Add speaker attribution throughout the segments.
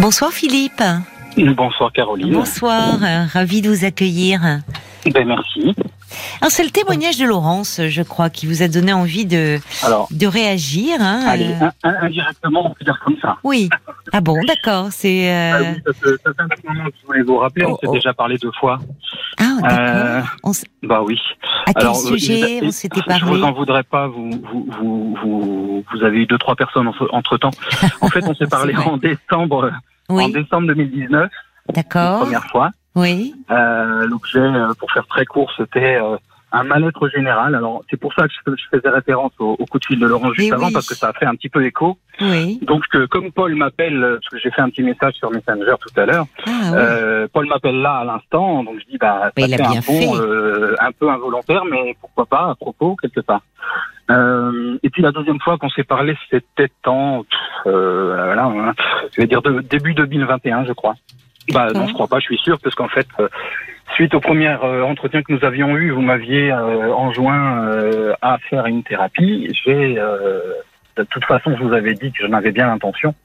Speaker 1: Bonsoir Philippe.
Speaker 2: Bonsoir Caroline.
Speaker 1: Bonsoir, ravi de vous accueillir.
Speaker 2: Ben, merci.
Speaker 1: Alors, c'est le témoignage de Laurence, je crois, qui vous a donné envie de,
Speaker 2: Alors,
Speaker 1: de réagir. hein,
Speaker 2: allez,
Speaker 1: euh,
Speaker 2: un- un- indirectement, on peut dire comme ça.
Speaker 1: Oui. Ah bon, d'accord. C'est.
Speaker 2: Ah
Speaker 1: euh,
Speaker 2: oui, ça fait ça fait un petit moment que je voulais vous rappeler,
Speaker 1: Oh,
Speaker 2: on s'est
Speaker 1: oh.
Speaker 2: déjà parlé deux fois.
Speaker 1: Ah, d'accord.
Speaker 2: Euh,
Speaker 1: On s-
Speaker 2: bah oui.
Speaker 1: À quel
Speaker 2: alors, euh,
Speaker 1: sujet
Speaker 2: il-
Speaker 1: on s'était
Speaker 2: Je vous
Speaker 1: parlé
Speaker 2: en voudrais pas, vous, vous, vous, vous, vous avez eu deux, trois personnes entre temps. En fait, on s'est parlé
Speaker 1: vrai.
Speaker 2: en décembre, en
Speaker 1: Oui, Oh.
Speaker 2: décembre 2019, la
Speaker 1: d'accord.
Speaker 2: première fois.
Speaker 1: Oui,
Speaker 2: Euh, L'objet, euh, pour faire très court, c'était euh, un mal-être général. Alors, c'est pour ça que je, je faisais référence au, au coup de fil de Laurent juste
Speaker 1: Mais
Speaker 2: avant,
Speaker 1: oui.
Speaker 2: parce que ça a fait un petit peu écho.
Speaker 1: oui.
Speaker 2: Donc, euh, comme Paul m'appelle, euh, parce que j'ai fait un petit message sur Messenger tout à l'heure,
Speaker 1: Ah oui.
Speaker 2: euh, Paul m'appelle là à l'instant, donc je dis, bah,
Speaker 1: Mais
Speaker 2: ça
Speaker 1: il a
Speaker 2: fait
Speaker 1: bien
Speaker 2: un pont
Speaker 1: fait.
Speaker 2: euh, un peu involontaire, mais pourquoi pas, à propos, quelque part. Euh, et puis la deuxième fois qu'on s'est parlé, c'était en, pff, euh, voilà, hein, je vais dire de- début 2021, je crois. Bah
Speaker 1: D'accord.
Speaker 2: non, je crois pas, je suis sûr, parce qu'en fait, euh, suite au premier euh, entretien que nous avions eu, vous m'aviez euh, enjoint euh, à faire une thérapie. J'ai, euh, de toute façon, je vous avais dit que j'en avais bien l'intention.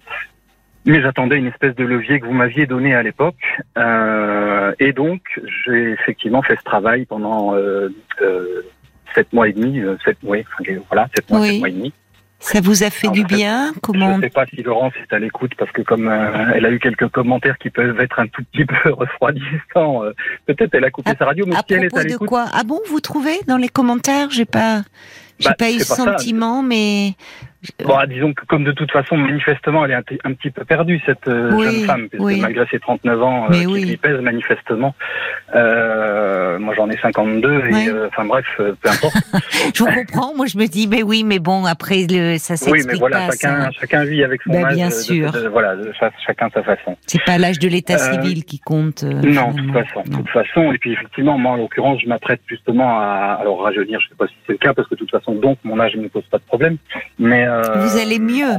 Speaker 2: Mais j'attendais une espèce de levier que vous m'aviez donné à l'époque. Euh, et donc, j'ai effectivement fait ce travail pendant euh, euh, sept mois et demi, euh, sept mois, enfin, j'ai- voilà, sept mois,
Speaker 1: Oui.
Speaker 2: sept mois et demi.
Speaker 1: Ça vous a fait
Speaker 2: en
Speaker 1: du
Speaker 2: fait,
Speaker 1: bien
Speaker 2: Je
Speaker 1: Comment
Speaker 2: ne sais pas si Laurence est à l'écoute parce que comme euh, elle a eu quelques commentaires qui peuvent être un tout petit peu refroidissants, euh, peut-être elle a coupé
Speaker 1: À-
Speaker 2: sa radio, mais
Speaker 1: À
Speaker 2: si elle est
Speaker 1: propos
Speaker 2: à
Speaker 1: de
Speaker 2: l'écoute,
Speaker 1: quoi Ah bon, vous trouvez dans les commentaires J'ai pas, j'ai
Speaker 2: Bah,
Speaker 1: pas eu
Speaker 2: c'est
Speaker 1: ce
Speaker 2: pas ça.
Speaker 1: sentiment, mais
Speaker 2: bon, ah, disons que comme de toute façon manifestement elle est un, t- un petit peu perdue cette euh,
Speaker 1: Oui,
Speaker 2: jeune femme, puisque
Speaker 1: oui.
Speaker 2: malgré ses 39 ans, euh,
Speaker 1: Mais
Speaker 2: qui
Speaker 1: oui.
Speaker 2: lui pèse manifestement. Euh, moi j'en ai 52 et
Speaker 1: Ouais.
Speaker 2: euh, enfin bref, euh, peu importe.
Speaker 1: je vous comprends. Moi, je me dis, mais oui, mais bon, après, le, ça
Speaker 2: oui,
Speaker 1: s'explique
Speaker 2: mais voilà,
Speaker 1: pas. ça.
Speaker 2: chacun, chacun vit avec son
Speaker 1: Bah,
Speaker 2: âge.
Speaker 1: bien
Speaker 2: euh, de-
Speaker 1: sûr.
Speaker 2: de- voilà, cha- chacun sa façon.
Speaker 1: C'est pas l'âge de l'état
Speaker 2: Euh,
Speaker 1: civil qui compte. euh,
Speaker 2: Non, de toute
Speaker 1: finalement.
Speaker 2: façon, de
Speaker 1: Non.
Speaker 2: toute façon. Et puis effectivement, moi en l'occurrence, je m'apprête justement à alors rajeunir. Je sais pas si c'est le cas parce que de toute façon, donc mon âge ne pose pas de problème. Mais euh,
Speaker 1: Vous allez mieux.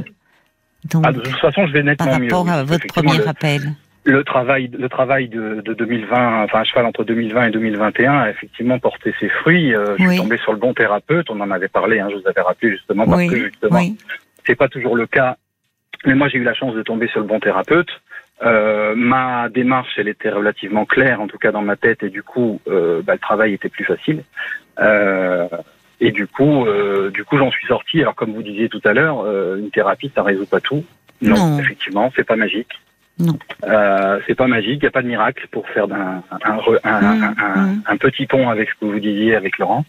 Speaker 1: Donc,
Speaker 2: ah, de toute façon, je vais nettement
Speaker 1: par
Speaker 2: mieux.
Speaker 1: rapport
Speaker 2: oui.
Speaker 1: à votre
Speaker 2: Effectivement,
Speaker 1: premier
Speaker 2: le-
Speaker 1: appel.
Speaker 2: le travail, le travail de, de 2020, enfin à cheval entre 2020 et 2021 a effectivement porté ses fruits. Euh, Je
Speaker 1: Oui.
Speaker 2: suis tombé sur le bon thérapeute. On en avait parlé. Hein, je vous avais rappelé justement parce
Speaker 1: Oui,
Speaker 2: que justement,
Speaker 1: oui.
Speaker 2: c'est pas toujours le cas. Mais moi, j'ai eu la chance de tomber sur le bon thérapeute. Euh, ma démarche, elle était relativement claire, en tout cas dans ma tête, et du coup, euh, bah, le travail était plus facile. Euh, et du coup, euh, du coup, j'en suis sorti. Alors, comme vous disiez tout à l'heure, euh, une thérapie, ça résout pas tout. Non,
Speaker 1: Non.
Speaker 2: effectivement, c'est pas magique.
Speaker 1: Non.
Speaker 2: Euh, c'est pas magique. Il y a pas de miracle pour faire d'un un, re- un-
Speaker 1: Mm,
Speaker 2: un-
Speaker 1: mm.
Speaker 2: un petit pont avec ce que vous disiez avec Laurent.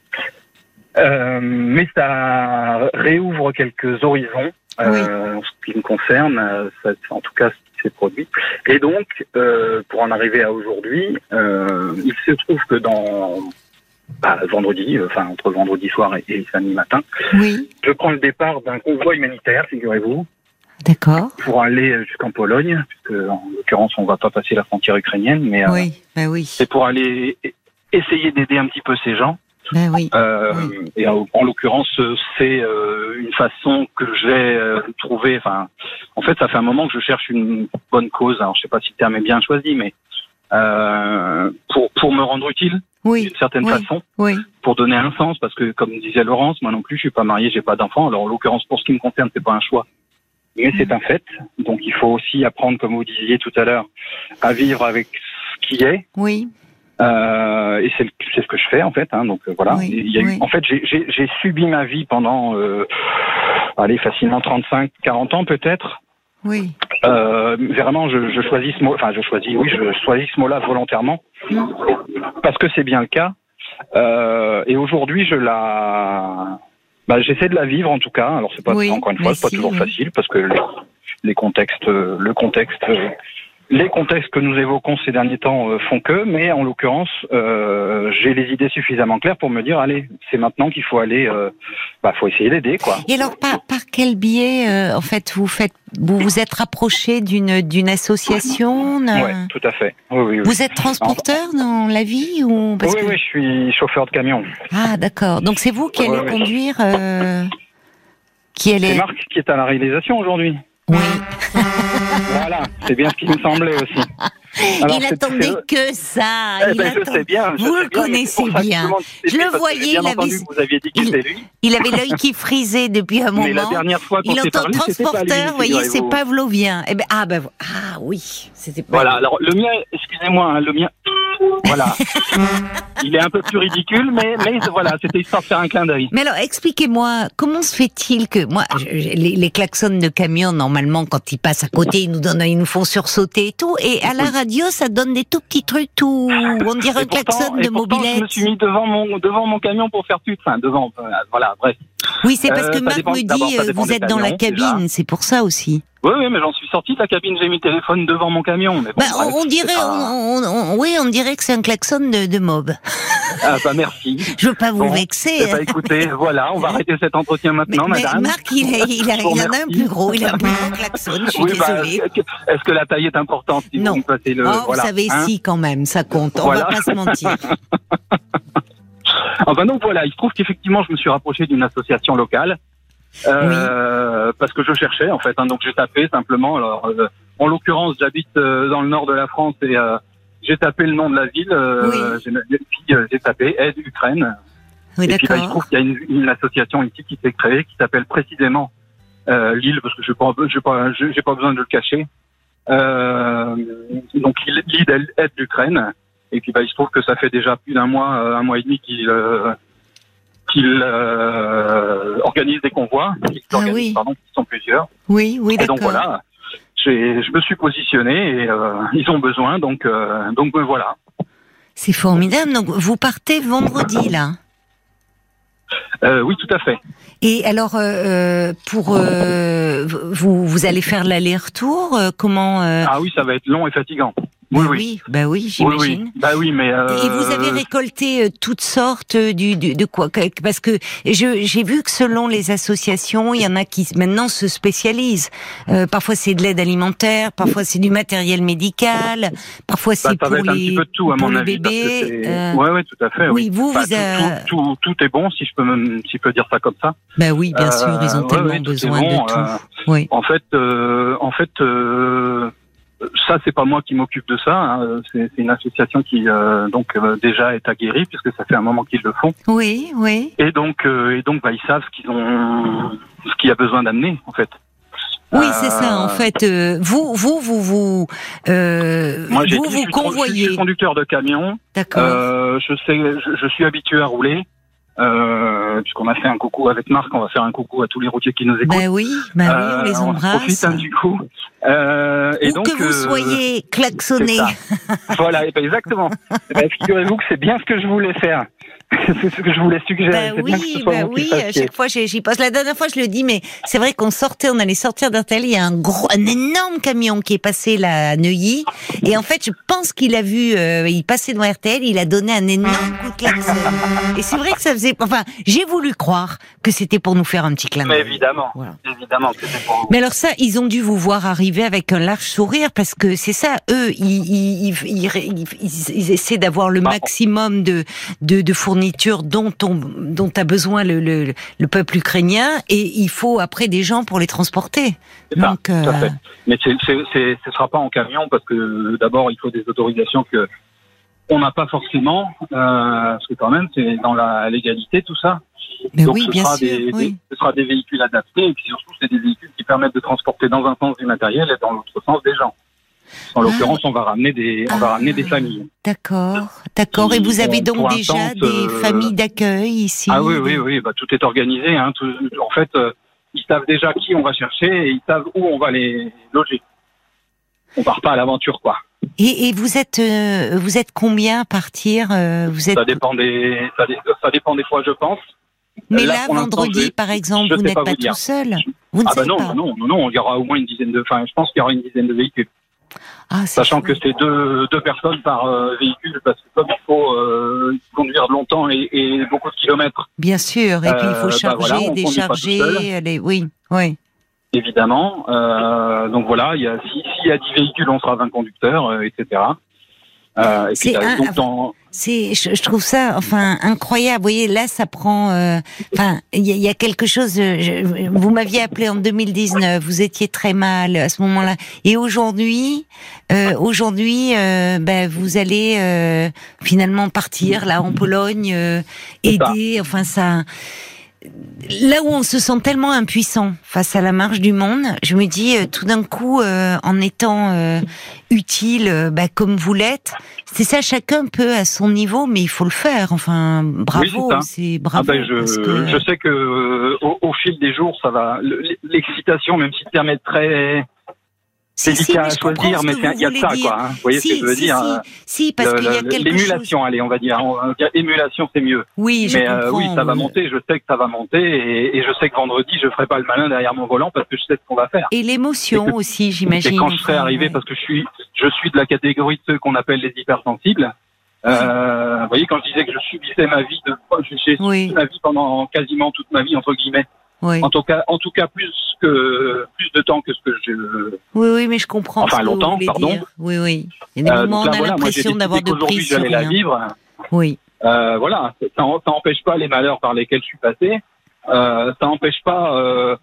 Speaker 2: Euh, mais ça réouvre quelques horizons euh, en ce qui me concerne, euh, ça- en tout cas ce qui s'est produit. Et donc, euh, pour en arriver à aujourd'hui, euh, il se trouve que dans bah, vendredi, euh, enfin entre vendredi soir et, et samedi matin,
Speaker 1: Oui,
Speaker 2: je prends le départ d'un convoi humanitaire, figurez-vous,
Speaker 1: d'accord.
Speaker 2: pour aller jusqu'en Pologne, puisque en l'occurrence on va pas passer la frontière ukrainienne, mais euh,
Speaker 1: Oui, bah oui,
Speaker 2: c'est pour aller e- essayer d'aider un petit peu ces gens.
Speaker 1: bah oui.
Speaker 2: Euh, Et en, en l'occurrence, euh, c'est euh, une façon que j'ai euh, trouvée. Enfin, en fait, ça fait un moment que je cherche une bonne cause. Alors, je sais pas si le terme est bien choisi, mais euh, pour pour me rendre utile
Speaker 1: Oui,
Speaker 2: d'une certaine
Speaker 1: oui.
Speaker 2: façon,
Speaker 1: oui,
Speaker 2: pour donner un sens. Parce que, comme disait Laurence, moi non plus, je suis pas marié, j'ai pas d'enfant. Alors, en l'occurrence, pour ce qui me concerne, c'est pas un choix. Mais
Speaker 1: Mm.
Speaker 2: c'est un fait, donc il faut aussi apprendre, comme vous disiez tout à l'heure, à vivre avec ce qui est,
Speaker 1: oui,
Speaker 2: euh, et c'est le- c'est ce que je fais en fait. Hein, donc euh, voilà.
Speaker 1: Oui,
Speaker 2: Il y a eu-
Speaker 1: oui.
Speaker 2: en fait, j'ai- j'ai j'ai subi ma vie pendant, euh, allez, facilement 35, 40 ans peut-être.
Speaker 1: oui.
Speaker 2: Euh, vraiment, je, je choisis ce mot. Enfin, je choisis. Oui, je choisis ce mot-là volontairement
Speaker 1: Mm.
Speaker 2: parce que c'est bien le cas. Euh, et aujourd'hui, je la. Bah, j'essaie de la vivre en tout cas. Alors c'est pas
Speaker 1: Oui,
Speaker 2: encore une fois,
Speaker 1: mais
Speaker 2: c'est pas
Speaker 1: si,
Speaker 2: toujours
Speaker 1: oui.
Speaker 2: facile parce que les, les contextes, euh, le contexte, euh, les contextes que nous évoquons ces derniers temps euh, font que. Mais en l'occurrence, euh, j'ai les idées suffisamment claires pour me dire allez, c'est maintenant qu'il faut aller. Euh, bah, faut essayer d'aider quoi.
Speaker 1: Et alors, par, par quel biais, euh, en fait, vous faites, vous vous êtes rapproché d'une d'une association d'un-
Speaker 2: Ouais, tout à fait. Oui, oui, oui.
Speaker 1: Ah. Vous êtes transporteur dans la vie ou parce
Speaker 2: oui,
Speaker 1: que-
Speaker 2: oui, je suis chauffeur de camion.
Speaker 1: Ah, d'accord. Donc c'est vous qui allez
Speaker 2: Ouais, ouais.
Speaker 1: conduire, euh, qui allez.
Speaker 2: C'est Marc qui est à la réalisation aujourd'hui.
Speaker 1: Oui.
Speaker 2: Voilà, c'est bien ce qui me semblait aussi. Alors,
Speaker 1: il
Speaker 2: c'est-
Speaker 1: attendait
Speaker 2: c'est-
Speaker 1: que ça.
Speaker 2: Eh
Speaker 1: il,
Speaker 2: ben, je
Speaker 1: attend-
Speaker 2: sais bien. je
Speaker 1: Vous
Speaker 2: sais
Speaker 1: le
Speaker 2: bien, mais c'est
Speaker 1: connaissez
Speaker 2: pour ça que
Speaker 1: bien.
Speaker 2: demande si
Speaker 1: Je
Speaker 2: c'était
Speaker 1: le
Speaker 2: parce
Speaker 1: voyais,
Speaker 2: que j'ai bien
Speaker 1: il avait-
Speaker 2: entendu que vous aviez dit que
Speaker 1: Il-
Speaker 2: c'était lui.
Speaker 1: il avait l'œil qui frisait depuis un
Speaker 2: Mais la
Speaker 1: moment.
Speaker 2: dernière fois qu'on
Speaker 1: Il
Speaker 2: s'est
Speaker 1: entend
Speaker 2: parlé, c'était pas lui.
Speaker 1: transporteur, vous voyez, c'est
Speaker 2: figurez-vous.
Speaker 1: pavlovien. Eh ben, ah, ben, vo- ah oui, c'était pas.
Speaker 2: Voilà, alors le mien, excusez-moi, hein, le mien, voilà. Il est un peu plus ridicule, mais, mais voilà, c'était histoire de faire un clin d'œil.
Speaker 1: Mais alors, expliquez-moi, comment se fait-il que moi, je- je- les, les klaxons de camions, normalement, quand ils passent à côté, ils nous donnent, ils nous font sursauter et tout, et à la radio, ça donne des tout petits trucs, tout, on dirait
Speaker 2: Et
Speaker 1: un klaxon
Speaker 2: pourtant,
Speaker 1: de
Speaker 2: et pourtant, je me
Speaker 1: mobilette.
Speaker 2: suis mis devant mon, devant mon camion pour faire plus. Enfin, devant, euh, voilà, bref.
Speaker 1: Oui, c'est parce
Speaker 2: Euh,
Speaker 1: que
Speaker 2: ça
Speaker 1: Marc
Speaker 2: dépend-
Speaker 1: me
Speaker 2: d'abord,
Speaker 1: dit,
Speaker 2: ça
Speaker 1: euh,
Speaker 2: dépend
Speaker 1: vous
Speaker 2: des
Speaker 1: êtes dans la
Speaker 2: camions, déjà.
Speaker 1: cabine, c'est pour ça aussi.
Speaker 2: Oui, oui, mais j'en suis sorti de la cabine, j'ai mis le téléphone devant mon camion. Mais bon,
Speaker 1: Bah,
Speaker 2: bref,
Speaker 1: on, on
Speaker 2: c'est
Speaker 1: dirait,
Speaker 2: pas-
Speaker 1: on, on- on- oui, on dirait que c'est un klaxon de, de mob.
Speaker 2: Ah, bah merci.
Speaker 1: Je veux pas vous
Speaker 2: Bon, Eh
Speaker 1: vexer. hein.
Speaker 2: ben, écoutez, voilà, on va arrêter cet entretien
Speaker 1: Mais,
Speaker 2: maintenant,
Speaker 1: mais
Speaker 2: madame.
Speaker 1: Marc, il, a- il a-
Speaker 2: Je vous
Speaker 1: il en a un
Speaker 2: remercie.
Speaker 1: plus gros, il a un plus gros klaxon, je suis
Speaker 2: oui, bah,
Speaker 1: désolée.
Speaker 2: est-ce que- est-ce que la taille est importante si
Speaker 1: Non.
Speaker 2: vous me passez le.
Speaker 1: Oh,
Speaker 2: voilà,
Speaker 1: vous savez,
Speaker 2: hein
Speaker 1: si, quand même, ça compte. On
Speaker 2: Voilà.
Speaker 1: va pas se mentir.
Speaker 2: Enfin donc voilà, il se trouve qu'effectivement je me suis rapproché d'une association locale euh, parce que je cherchais en fait, hein, donc j'ai tapé simplement. Alors euh, en l'occurrence j'habite euh, dans le nord de la France et euh, j'ai tapé le nom de la ville, euh, j'ai- et puis euh, j'ai tapé aide Ukraine.
Speaker 1: Oui,
Speaker 2: et puis là, il se
Speaker 1: d'accord.
Speaker 2: trouve qu'il y a une, une association ici qui s'est créée qui s'appelle précisément euh, Lille parce que je n'ai pas, j'ai pas, j'ai- j'ai pas besoin de le cacher. Euh, donc il- Lille elle aide l'Ukraine. Et puis bah, il se trouve que ça fait déjà plus d'un mois, euh, un mois et demi qu'il euh, qu'il, euh, organise des convois. qu'il
Speaker 1: Ah
Speaker 2: organise,
Speaker 1: oui.
Speaker 2: Pardon, qui sont plusieurs.
Speaker 1: Oui, oui,
Speaker 2: Et
Speaker 1: d'accord.
Speaker 2: donc voilà, j'ai- je me suis positionné et euh, ils ont besoin. Donc euh, donc me voilà.
Speaker 1: C'est formidable. Donc, vous partez vendredi, là.
Speaker 2: Euh, oui tout à fait.
Speaker 1: Et alors, euh, euh, pour euh, vous, vous allez faire l'aller-retour euh, Comment euh,
Speaker 2: Ah oui ça va être long et fatigant. Oui oui.
Speaker 1: bah oui,
Speaker 2: Oui,
Speaker 1: j'imagine.
Speaker 2: oui. Bah oui, mais. euh,
Speaker 1: Et vous avez récolté euh, toutes sortes euh, du, du- de quoi que- Parce que je- j'ai vu que selon les associations, il y en a qui s- maintenant se spécialisent. Euh, parfois c'est de l'aide alimentaire, parfois c'est du matériel médical, parfois
Speaker 2: bah,
Speaker 1: c'est
Speaker 2: ça
Speaker 1: pour
Speaker 2: va être un
Speaker 1: les
Speaker 2: petit peu de tout, à
Speaker 1: pour
Speaker 2: mon
Speaker 1: le
Speaker 2: avis. parce que
Speaker 1: bébé,
Speaker 2: c'est-
Speaker 1: euh,
Speaker 2: Ouais, ouais, tout à fait. Oui.
Speaker 1: oui, vous,
Speaker 2: Bah,
Speaker 1: vous avez...
Speaker 2: tout, tout- tout- tout est bon, si je peux, me- si je peux dire ça comme ça.
Speaker 1: Bah oui, bien
Speaker 2: Euh,
Speaker 1: sûr, ils ont
Speaker 2: ouais,
Speaker 1: tellement
Speaker 2: ouais, tout est
Speaker 1: besoin
Speaker 2: bon,
Speaker 1: de tout.
Speaker 2: euh,
Speaker 1: Oui.
Speaker 2: En fait, euh, en fait, euh, ça c'est pas moi qui m'occupe de ça. hein, C'est c'est une association qui euh, donc euh, déjà est aguerrie puisque ça fait un moment qu'ils le font.
Speaker 1: Oui, oui.
Speaker 2: Et donc, euh, et donc, bah, ils savent ce qu'ils ont, ce qu'il y a besoin d'amener en fait.
Speaker 1: Oui,
Speaker 2: Euh,
Speaker 1: c'est ça. En fait, euh, vous, vous, vous, vous, euh,
Speaker 2: Moi, j'ai
Speaker 1: vous,
Speaker 2: dit,
Speaker 1: vous
Speaker 2: je suis- Je suis
Speaker 1: convoyez,
Speaker 2: conducteur de camion.
Speaker 1: d'accord.
Speaker 2: Euh, je sais, je, je suis habitué à rouler. Euh, puisqu'on a fait un coucou avec Marc, on va faire un coucou à tous les routiers qui nous écoutent.
Speaker 1: bah oui, bah
Speaker 2: Euh,
Speaker 1: oui, on les
Speaker 2: en
Speaker 1: embrasse.
Speaker 2: profite hein, du coup. Euh, et
Speaker 1: Ou
Speaker 2: donc,
Speaker 1: que vous
Speaker 2: euh,
Speaker 1: soyez
Speaker 2: c'est
Speaker 1: klaxonné.
Speaker 2: ça. voilà, et ben exactement. Eh ben, Figurez-vous que c'est bien ce que je voulais faire. c'est ce que je voulais suggérer.
Speaker 1: Bah
Speaker 2: C'est bien que ce
Speaker 1: oui,
Speaker 2: soit
Speaker 1: bah
Speaker 2: vous qui
Speaker 1: oui,
Speaker 2: le
Speaker 1: à
Speaker 2: fassiez.
Speaker 1: chaque fois j'y j'y pense. La dernière fois je le dis, mais c'est vrai qu'on sortait, on allait sortir d'Intel, il y a un gros, un énorme camion qui est passé là à Neuilly, et en fait je pense qu'il a vu, euh, il passait devant RTL, il a donné un énorme coup de klaxon. Et c'est vrai que ça faisait, enfin j'ai voulu croire que c'était pour nous faire un petit clin
Speaker 2: Mais
Speaker 1: d'œil.
Speaker 2: évidemment,
Speaker 1: Voilà.
Speaker 2: évidemment que c'est pour vous.
Speaker 1: Mais alors ça, ils ont dû vous voir arriver avec un large sourire parce que c'est ça, eux, ils, ils, ils, ils- ils- ils essaient d'avoir le
Speaker 2: Ah.
Speaker 1: maximum de, de, de fournitures dont, on, dont a besoin le, le, le peuple ukrainien et il faut après des gens pour les transporter.
Speaker 2: C'est ça,
Speaker 1: Donc,
Speaker 2: tout à
Speaker 1: euh,
Speaker 2: fait. Mais c'est, c'est, c'est, ce sera pas en camion parce que euh, d'abord il faut des autorisations que on n'a pas forcément, euh, parce que quand même c'est dans la légalité tout ça.
Speaker 1: Mais
Speaker 2: Donc
Speaker 1: oui,
Speaker 2: ce,
Speaker 1: bien
Speaker 2: sera
Speaker 1: sûr.
Speaker 2: des,
Speaker 1: oui.
Speaker 2: des- ce sera des véhicules adaptés et puis surtout c'est des véhicules qui permettent de transporter dans un sens du matériel et dans l'autre sens des gens. En l'occurrence, on va ramener des, on va
Speaker 1: Ah.
Speaker 2: ramener des familles.
Speaker 1: D'accord, d'accord. Et
Speaker 2: Ils
Speaker 1: vous avez
Speaker 2: ont
Speaker 1: donc
Speaker 2: pour
Speaker 1: déjà
Speaker 2: l'instant,
Speaker 1: des
Speaker 2: euh,
Speaker 1: familles d'accueil ici
Speaker 2: Ah oui, oui, oui, bah, tout est organisé. Hein, tout- en fait, euh, ils savent déjà qui on va chercher et ils savent où on va les loger. On part pas à l'aventure, quoi.
Speaker 1: Et, et vous êtes euh, vous êtes combien à partir euh, Vous êtes
Speaker 2: Ça dépend des, ça, dé- ça dépend des fois, je pense.
Speaker 1: mais
Speaker 2: là,
Speaker 1: là,
Speaker 2: pour l'instant,
Speaker 1: vendredi
Speaker 2: je-
Speaker 1: par exemple,
Speaker 2: je
Speaker 1: vous
Speaker 2: sais
Speaker 1: n'êtes
Speaker 2: pas
Speaker 1: pas,
Speaker 2: vous
Speaker 1: tout
Speaker 2: dire.
Speaker 1: seul. Vous ne
Speaker 2: Ah bah
Speaker 1: savez
Speaker 2: non,
Speaker 1: pas.
Speaker 2: bah non, non, non, il y aura au moins une dizaine de, enfin, je pense qu'il y aura une dizaine de véhicules,
Speaker 1: Ah, c'est
Speaker 2: sachant que
Speaker 1: chouette.
Speaker 2: c'est deux, deux personnes par euh, véhicule, parce que comme il faut euh, conduire longtemps et, et beaucoup de kilomètres,
Speaker 1: Bien sûr, et puis il
Speaker 2: Euh,
Speaker 1: faut
Speaker 2: bah
Speaker 1: charger,
Speaker 2: voilà, on conduit pas tout
Speaker 1: décharger,
Speaker 2: seul.
Speaker 1: aller, oui, oui.
Speaker 2: évidemment. Euh, donc voilà, il y a, si- s'il y a 10 véhicules, on sera 20 conducteurs, euh, etc. Euh, et
Speaker 1: C'est
Speaker 2: puis, t'as-
Speaker 1: un-
Speaker 2: donc, dans-
Speaker 1: C'est, je, je trouve ça, enfin, incroyable. Vous voyez, là, ça prend. euh, Enfin, il y, a- il y a quelque chose. euh, je- vous m'aviez appelé en 2019. Vous étiez très mal à ce moment-là. Et aujourd'hui, euh, aujourd'hui, euh, ben, vous allez euh, finalement partir là en Pologne, euh,
Speaker 2: C'est ça.
Speaker 1: aider. Enfin, ça. Là où on se sent tellement impuissant face à la marche du monde, je me dis euh, tout d'un coup, euh, en étant euh, utile, euh, bah, comme vous l'êtes, c'est ça. Chacun peut à son niveau, mais il faut le faire. Enfin, bravo,
Speaker 2: c'est ça.
Speaker 1: c'est
Speaker 2: Ah
Speaker 1: bravo.
Speaker 2: ben, je,
Speaker 1: parce que-
Speaker 2: je sais que euh, au, au fil des jours, ça va. Le- L'excitation, même si permet très
Speaker 1: Si, si,
Speaker 2: délicat
Speaker 1: mais
Speaker 2: à
Speaker 1: je comprends
Speaker 2: choisir,
Speaker 1: ce
Speaker 2: mais
Speaker 1: que
Speaker 2: tiens,
Speaker 1: vous
Speaker 2: il y a de
Speaker 1: voulez
Speaker 2: ça,
Speaker 1: dire.
Speaker 2: quoi. hein. Vous voyez
Speaker 1: si,
Speaker 2: ce que je veux
Speaker 1: si,
Speaker 2: dire
Speaker 1: si,
Speaker 2: hein.
Speaker 1: si, parce
Speaker 2: Le-
Speaker 1: qu'il y a
Speaker 2: le-
Speaker 1: quelque chose.
Speaker 2: L'émulation, allez, on va dire. On va dire émulation, c'est mieux.
Speaker 1: Oui, je
Speaker 2: mais euh,
Speaker 1: comprends.
Speaker 2: oui, ça va monter. Je sais que ça va monter, et, et je sais que vendredi, je ferai pas le malin derrière mon volant parce que je sais ce qu'on va faire.
Speaker 1: Et l'émotion
Speaker 2: Et que-
Speaker 1: aussi, j'imagine.
Speaker 2: Et quand je serai
Speaker 1: Enfin,
Speaker 2: arrivé,
Speaker 1: ouais.
Speaker 2: parce que je suis, je suis de la catégorie de ceux qu'on appelle les hypersensibles. Euh, vous voyez, quand je disais que je subissais ma vie, de, j'ai subi
Speaker 1: Oui,
Speaker 2: ma vie pendant quasiment toute ma vie entre guillemets.
Speaker 1: oui,
Speaker 2: En tout cas, en tout cas plus que plus de temps que ce que je.
Speaker 1: oui, oui, mais je comprends.
Speaker 2: Enfin,
Speaker 1: ce que vous
Speaker 2: longtemps,
Speaker 1: voulez
Speaker 2: pardon.
Speaker 1: dire. Oui, oui. Il y a des
Speaker 2: Euh,
Speaker 1: moments où
Speaker 2: donc là,
Speaker 1: on a
Speaker 2: voilà, moi, j'ai
Speaker 1: l'impression
Speaker 2: décidé
Speaker 1: d'avoir de hein.
Speaker 2: qu'aujourd'hui,
Speaker 1: prise sur
Speaker 2: j'allais la
Speaker 1: rien.
Speaker 2: vivre.
Speaker 1: Oui,
Speaker 2: Euh, voilà, ça, en- ça empêche pas les malheurs par lesquels je suis passé. Euh, ça empêche pas euh,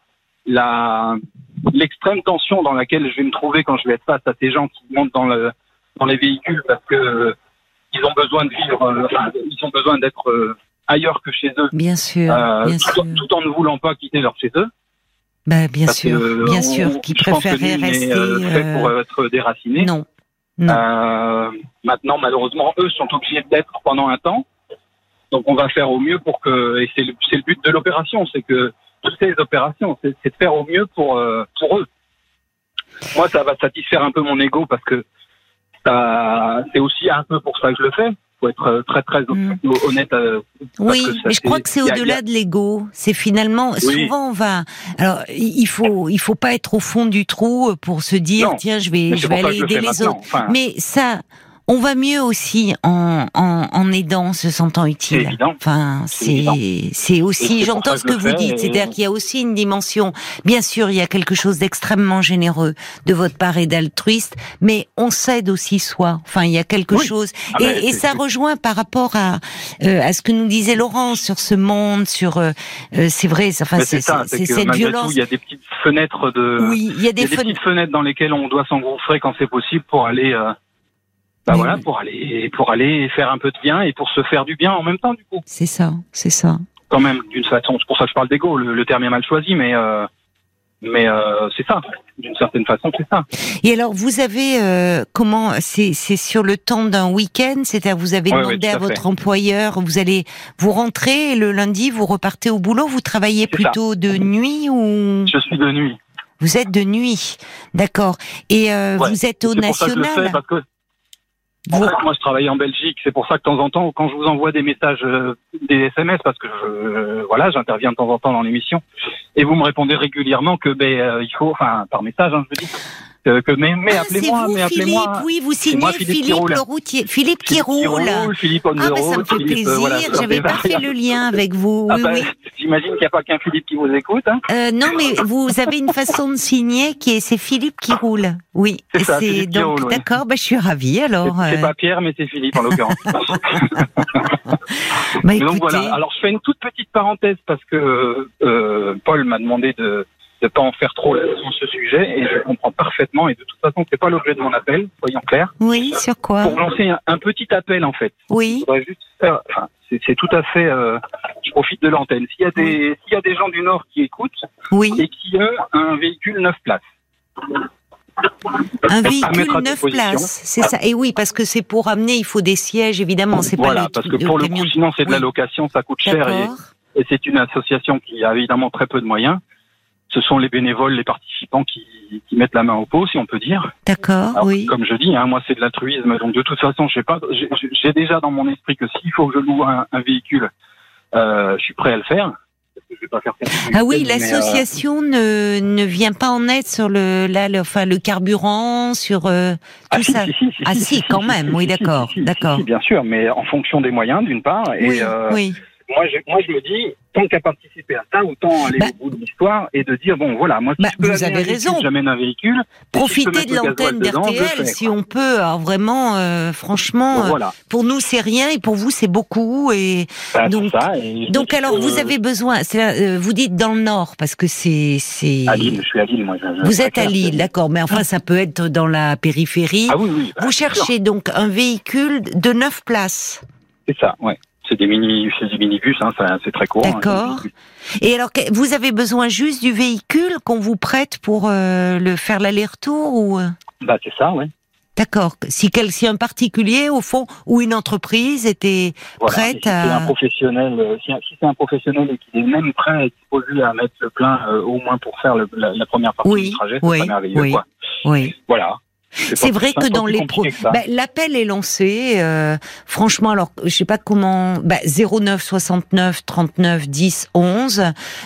Speaker 2: la l'extrême tension dans laquelle je vais me trouver quand je vais être face à ces gens qui montent dans le dans les véhicules parce que euh, ils ont besoin de vivre, euh, enfin, ils ont besoin d'être euh, ailleurs que chez eux,
Speaker 1: bien sûr,
Speaker 2: euh,
Speaker 1: bien
Speaker 2: tout,
Speaker 1: sûr.
Speaker 2: en- tout en ne voulant pas quitter leur chez eux.
Speaker 1: Bah, bien
Speaker 2: Parce que,
Speaker 1: sûr,
Speaker 2: euh,
Speaker 1: bien
Speaker 2: on-
Speaker 1: sûr, qui
Speaker 2: je pense que
Speaker 1: préférerait
Speaker 2: nul n'est,
Speaker 1: rester.
Speaker 2: euh, fait pour
Speaker 1: euh,
Speaker 2: être déraciné.
Speaker 1: Non, non.
Speaker 2: Euh, maintenant, malheureusement, eux sont obligés d'être pendant un temps. Donc, on va faire au mieux pour que, et c'est le, c'est le but de l'opération, c'est que toutes ces opérations, c'est c'est de faire au mieux pour euh, pour eux. Moi, ça va satisfaire un peu mon ego parce que ça- c'est aussi un peu pour ça que je le fais. Faut être euh, très très
Speaker 1: Mm.
Speaker 2: honnête. euh, parce
Speaker 1: Oui,
Speaker 2: que ça,
Speaker 1: mais je
Speaker 2: c'est-
Speaker 1: crois que c'est
Speaker 2: il y a- il y
Speaker 1: au-delà
Speaker 2: a-
Speaker 1: de l'ego. C'est finalement souvent on va. Alors il faut il faut pas être au fond du trou euh, pour se dire
Speaker 2: Non,
Speaker 1: tiens je vais
Speaker 2: mais
Speaker 1: je
Speaker 2: c'est
Speaker 1: vais
Speaker 2: pour ça que
Speaker 1: aller
Speaker 2: je le
Speaker 1: aider
Speaker 2: fais
Speaker 1: les
Speaker 2: maintenant.
Speaker 1: autres.
Speaker 2: Enfin,
Speaker 1: Mais ça on va mieux aussi en en, en aidant, en se sentant
Speaker 2: c'est
Speaker 1: utile.
Speaker 2: évident.
Speaker 1: Enfin,
Speaker 2: C'est
Speaker 1: c'est c'est
Speaker 2: Et
Speaker 1: aussi
Speaker 2: c'est
Speaker 1: j'entends
Speaker 2: pour
Speaker 1: ce
Speaker 2: ça que
Speaker 1: que
Speaker 2: je
Speaker 1: vous
Speaker 2: le fais,
Speaker 1: dites,
Speaker 2: et-
Speaker 1: c'est-à-dire qu'il y a aussi une dimension. Bien sûr, il y a quelque chose d'extrêmement généreux de votre part et d'altruiste, mais on s'aide aussi soi. Enfin, il y a quelque
Speaker 2: Oui.
Speaker 1: chose
Speaker 2: Ah ben,
Speaker 1: et, et
Speaker 2: c'est-
Speaker 1: ça rejoint par rapport à euh, à ce que nous disait Laurent sur ce monde, sur euh, euh, c'est vrai, c'est- enfin
Speaker 2: Mais
Speaker 1: c'est
Speaker 2: Ben, c'est ça,
Speaker 1: c'est
Speaker 2: c'est que
Speaker 1: cette
Speaker 2: malgré tout,
Speaker 1: violence.
Speaker 2: il y a des petites fenêtres de.
Speaker 1: oui, il y a
Speaker 2: Il y
Speaker 1: des
Speaker 2: a des
Speaker 1: feux.
Speaker 2: petites fenêtres dans lesquelles on doit s'engouffrer quand c'est possible pour aller, euh, bah
Speaker 1: Mais
Speaker 2: voilà,
Speaker 1: oui.
Speaker 2: pour aller, pour aller faire un peu de bien et pour se faire du bien en même temps du coup,
Speaker 1: C'est ça, c'est ça.
Speaker 2: quand même d'une façon. C'est pour ça que je parle d'ego. Le, le terme est mal choisi, mais euh, mais euh, c'est ça. D'une certaine façon, c'est ça.
Speaker 1: Et alors vous avez euh, comment c'est c'est sur le temps d'un week-end, c'est-à-dire vous avez
Speaker 2: Ouais,
Speaker 1: demandé
Speaker 2: ouais, tout
Speaker 1: à,
Speaker 2: à
Speaker 1: votre employeur, vous allez vous rentrez et le lundi vous repartez au boulot, vous travaillez
Speaker 2: C'est ça.
Speaker 1: plutôt de nuit ou
Speaker 2: Je suis de nuit.
Speaker 1: vous êtes de nuit, d'accord. Et euh,
Speaker 2: Ouais,
Speaker 1: vous êtes au
Speaker 2: C'est pour ça que je le fais
Speaker 1: national.
Speaker 2: parce que en
Speaker 1: Vous-
Speaker 2: fait, moi je travaille en Belgique. C'est pour ça que de temps en temps, quand je vous envoie des messages, euh, des SMS, parce que je, euh, voilà, j'interviens de temps en temps dans l'émission, et vous me répondez régulièrement que ben euh, il faut, enfin par message, hein, je veux dire, que, que mais mais
Speaker 1: Ah, c'est
Speaker 2: appelez-moi,
Speaker 1: vous,
Speaker 2: mais
Speaker 1: Philippe,
Speaker 2: appelez-moi.
Speaker 1: oui, vous signez
Speaker 2: moi,
Speaker 1: Philippe,
Speaker 2: Philippe qui roule.
Speaker 1: le routier. Philippe qui
Speaker 2: Philippe euh,
Speaker 1: roule.
Speaker 2: Philippe on
Speaker 1: Ah,
Speaker 2: the
Speaker 1: ben, ça me
Speaker 2: road,
Speaker 1: fait
Speaker 2: Philippe, euh,
Speaker 1: plaisir.
Speaker 2: voilà, ça
Speaker 1: J'avais
Speaker 2: fait
Speaker 1: pas fait
Speaker 2: plaisir.
Speaker 1: le lien avec vous.
Speaker 2: Ah,
Speaker 1: Oui,
Speaker 2: ben,
Speaker 1: oui.
Speaker 2: J'imagine qu'il n'y a pas qu'un Philippe qui vous écoute. Hein.
Speaker 1: Euh, non, mais vous avez une façon de signer qui est c'est Philippe qui roule. Oui.
Speaker 2: C'est ça, Philippe qui
Speaker 1: donc
Speaker 2: roule, oui.
Speaker 1: d'accord. Bah, je suis ravie.
Speaker 2: C'est-
Speaker 1: Alors,
Speaker 2: C'est
Speaker 1: euh,
Speaker 2: pas Pierre, mais c'est Philippe en l'occurrence.
Speaker 1: bah,
Speaker 2: Mais
Speaker 1: écoutez,
Speaker 2: donc voilà. Alors je fais une toute petite parenthèse parce que euh, Paul m'a demandé de ne pas en faire trop là, sur ce sujet et je comprends parfaitement et de toute façon c'est pas l'objet de mon appel, soyons clairs.
Speaker 1: oui, sur quoi
Speaker 2: Pour lancer un, un petit appel en fait,
Speaker 1: Oui,
Speaker 2: je voudrais juste faire. Enfin, c'est c'est tout à fait. euh, je profite de l'antenne. S'il y a des s'il y a des gens du Nord qui écoutent
Speaker 1: oui.
Speaker 2: et qui eux un véhicule neuf places.
Speaker 1: Un
Speaker 2: à
Speaker 1: véhicule
Speaker 2: mettre à
Speaker 1: neuf
Speaker 2: disposition.
Speaker 1: places, c'est ça. Et oui, parce que c'est pour amener, il faut des sièges, évidemment. C'est
Speaker 2: Voilà,
Speaker 1: pas
Speaker 2: parce que pour le
Speaker 1: camion.
Speaker 2: coup sinon c'est de la
Speaker 1: Oui.
Speaker 2: location, ça coûte cher et,
Speaker 1: D'accord.
Speaker 2: et c'est une association qui a évidemment très peu de moyens. Ce sont les bénévoles, les participants qui, qui mettent la main au pot, si on peut dire.
Speaker 1: D'accord.
Speaker 2: Alors,
Speaker 1: Oui.
Speaker 2: Comme je dis, hein, moi c'est de l'altruisme, donc de toute façon, je sais pas, j'ai- j'ai j'ai déjà dans mon esprit que s'il faut que je loue un, un véhicule, euh, je suis prêt à le faire. Parce que je vais pas faire ça tout le
Speaker 1: Ah oui,
Speaker 2: week-end, mais, euh,
Speaker 1: l'association ne, ne vient pas en aide sur le, là, le, enfin, le carburant, sur euh,
Speaker 2: ah,
Speaker 1: tout
Speaker 2: si,
Speaker 1: ça.
Speaker 2: si, si, si,
Speaker 1: Ah si, quand
Speaker 2: si,
Speaker 1: même,
Speaker 2: si,
Speaker 1: oui,
Speaker 2: si,
Speaker 1: d'accord,
Speaker 2: si, si,
Speaker 1: d'accord.
Speaker 2: si, Bien sûr, mais en fonction des moyens d'une part, et
Speaker 1: oui,
Speaker 2: euh,
Speaker 1: oui,
Speaker 2: moi, je, moi, je me dis, tant qu'à participer à ça, autant aller
Speaker 1: Bah.
Speaker 2: au bout de l'histoire et de dire, bon, voilà, moi, si
Speaker 1: Bah,
Speaker 2: je peux
Speaker 1: vous
Speaker 2: amener
Speaker 1: avez
Speaker 2: un véhicule,
Speaker 1: raison.
Speaker 2: j'amène un véhicule. Et si je peux
Speaker 1: Profitez
Speaker 2: mettre
Speaker 1: de
Speaker 2: le gasoil
Speaker 1: l'antenne
Speaker 2: dedans, je le fais,
Speaker 1: d'RTL si
Speaker 2: quoi.
Speaker 1: on peut. Alors vraiment, euh, franchement, euh,
Speaker 2: Voilà,
Speaker 1: pour nous c'est rien et pour vous c'est beaucoup. Et
Speaker 2: Bah, c'est
Speaker 1: donc-
Speaker 2: ça. et je
Speaker 1: donc
Speaker 2: me dis
Speaker 1: alors
Speaker 2: que,
Speaker 1: vous avez besoin. c'est là, euh, vous dites dans le nord parce que c'est c'est.
Speaker 2: À Lille, je suis à Lille, moi. je- je-
Speaker 1: Vous êtes à
Speaker 2: clair,
Speaker 1: Lille,
Speaker 2: c'est-
Speaker 1: d'accord, mais enfin ça peut être dans la périphérie.
Speaker 2: Ah oui, oui. bah,
Speaker 1: Vous
Speaker 2: c'est sûr.
Speaker 1: cherchez donc un véhicule de 9 places.
Speaker 2: C'est ça, ouais. C'est des mini, c'est des minibus, hein, ça- c'est très courant. hein,
Speaker 1: D'accord.
Speaker 2: les minibus.
Speaker 1: Et alors, que- vous avez besoin juste du véhicule qu'on vous prête pour euh, le faire l'aller-retour ou euh,
Speaker 2: Bah, c'est ça, ouais.
Speaker 1: D'accord. Si, quel- si un particulier, au fond, ou une entreprise était
Speaker 2: Voilà.
Speaker 1: Prête
Speaker 2: Et si c'est
Speaker 1: à-
Speaker 2: un professionnel, euh, si, si c'est un professionnel et qu'il est même prêt à être disposé à mettre le plein euh, au moins pour faire le- la, la première partie
Speaker 1: Oui,
Speaker 2: du trajet,
Speaker 1: oui,
Speaker 2: c'est pas merveilleux,
Speaker 1: oui.
Speaker 2: quoi.
Speaker 1: Oui.
Speaker 2: Voilà.
Speaker 1: C'est
Speaker 2: pas-
Speaker 1: vrai
Speaker 2: pas
Speaker 1: que dans
Speaker 2: plus
Speaker 1: les
Speaker 2: compliqué
Speaker 1: pro...
Speaker 2: que ça.
Speaker 1: Ben, l'appel est lancé. euh, franchement, alors je sais pas comment. Ben, 09 69 39 10 11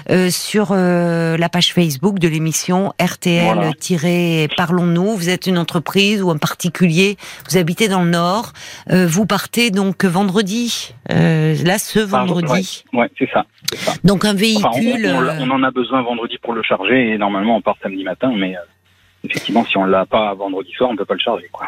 Speaker 1: euh, sur euh, la page Facebook de l'émission RTL
Speaker 2: Voilà.
Speaker 1: tiré Parlons-nous. Vous êtes une entreprise ou un particulier. Vous habitez dans le Nord. euh, vous partez donc vendredi. euh, là, ce
Speaker 2: Pardon,
Speaker 1: vendredi.
Speaker 2: Ouais, c'est ça.
Speaker 1: Donc un
Speaker 2: Enfin, on,
Speaker 1: véhicule.
Speaker 2: on- on l'a-
Speaker 1: euh,
Speaker 2: on en a besoin vendredi pour le charger et normalement on part samedi matin, mais euh, effectivement, si on l'a pas vendredi soir, on peut pas le charger, quoi.